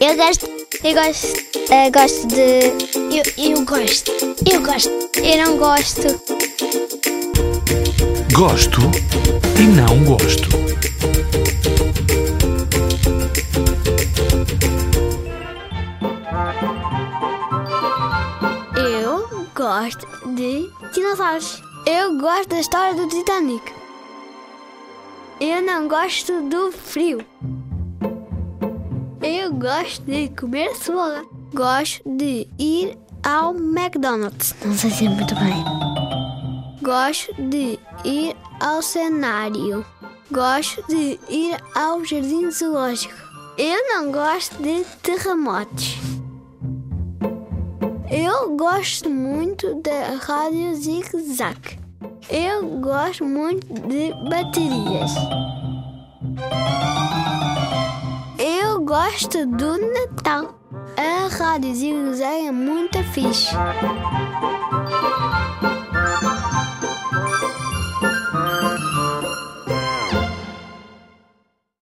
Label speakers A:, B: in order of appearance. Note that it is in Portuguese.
A: Eu gosto. Eu gosto. Eu gosto de. Eu, eu gosto. Eu gosto. Eu não gosto.
B: Gosto e não gosto.
C: Eu gosto de dinossauros. Eu gosto da história do Titanic. Eu não gosto do frio. Eu gosto de comer cebola. Gosto de ir ao McDonald's.
A: Não sei se é muito bem.
C: Gosto de ir ao cenário. Gosto de ir ao jardim zoológico. Eu não gosto de terremotos. Eu gosto muito da rádio Zig Zag. Eu gosto muito de baterias. Eu gosto do Natal. A rádio Zig Zag é muito fixe.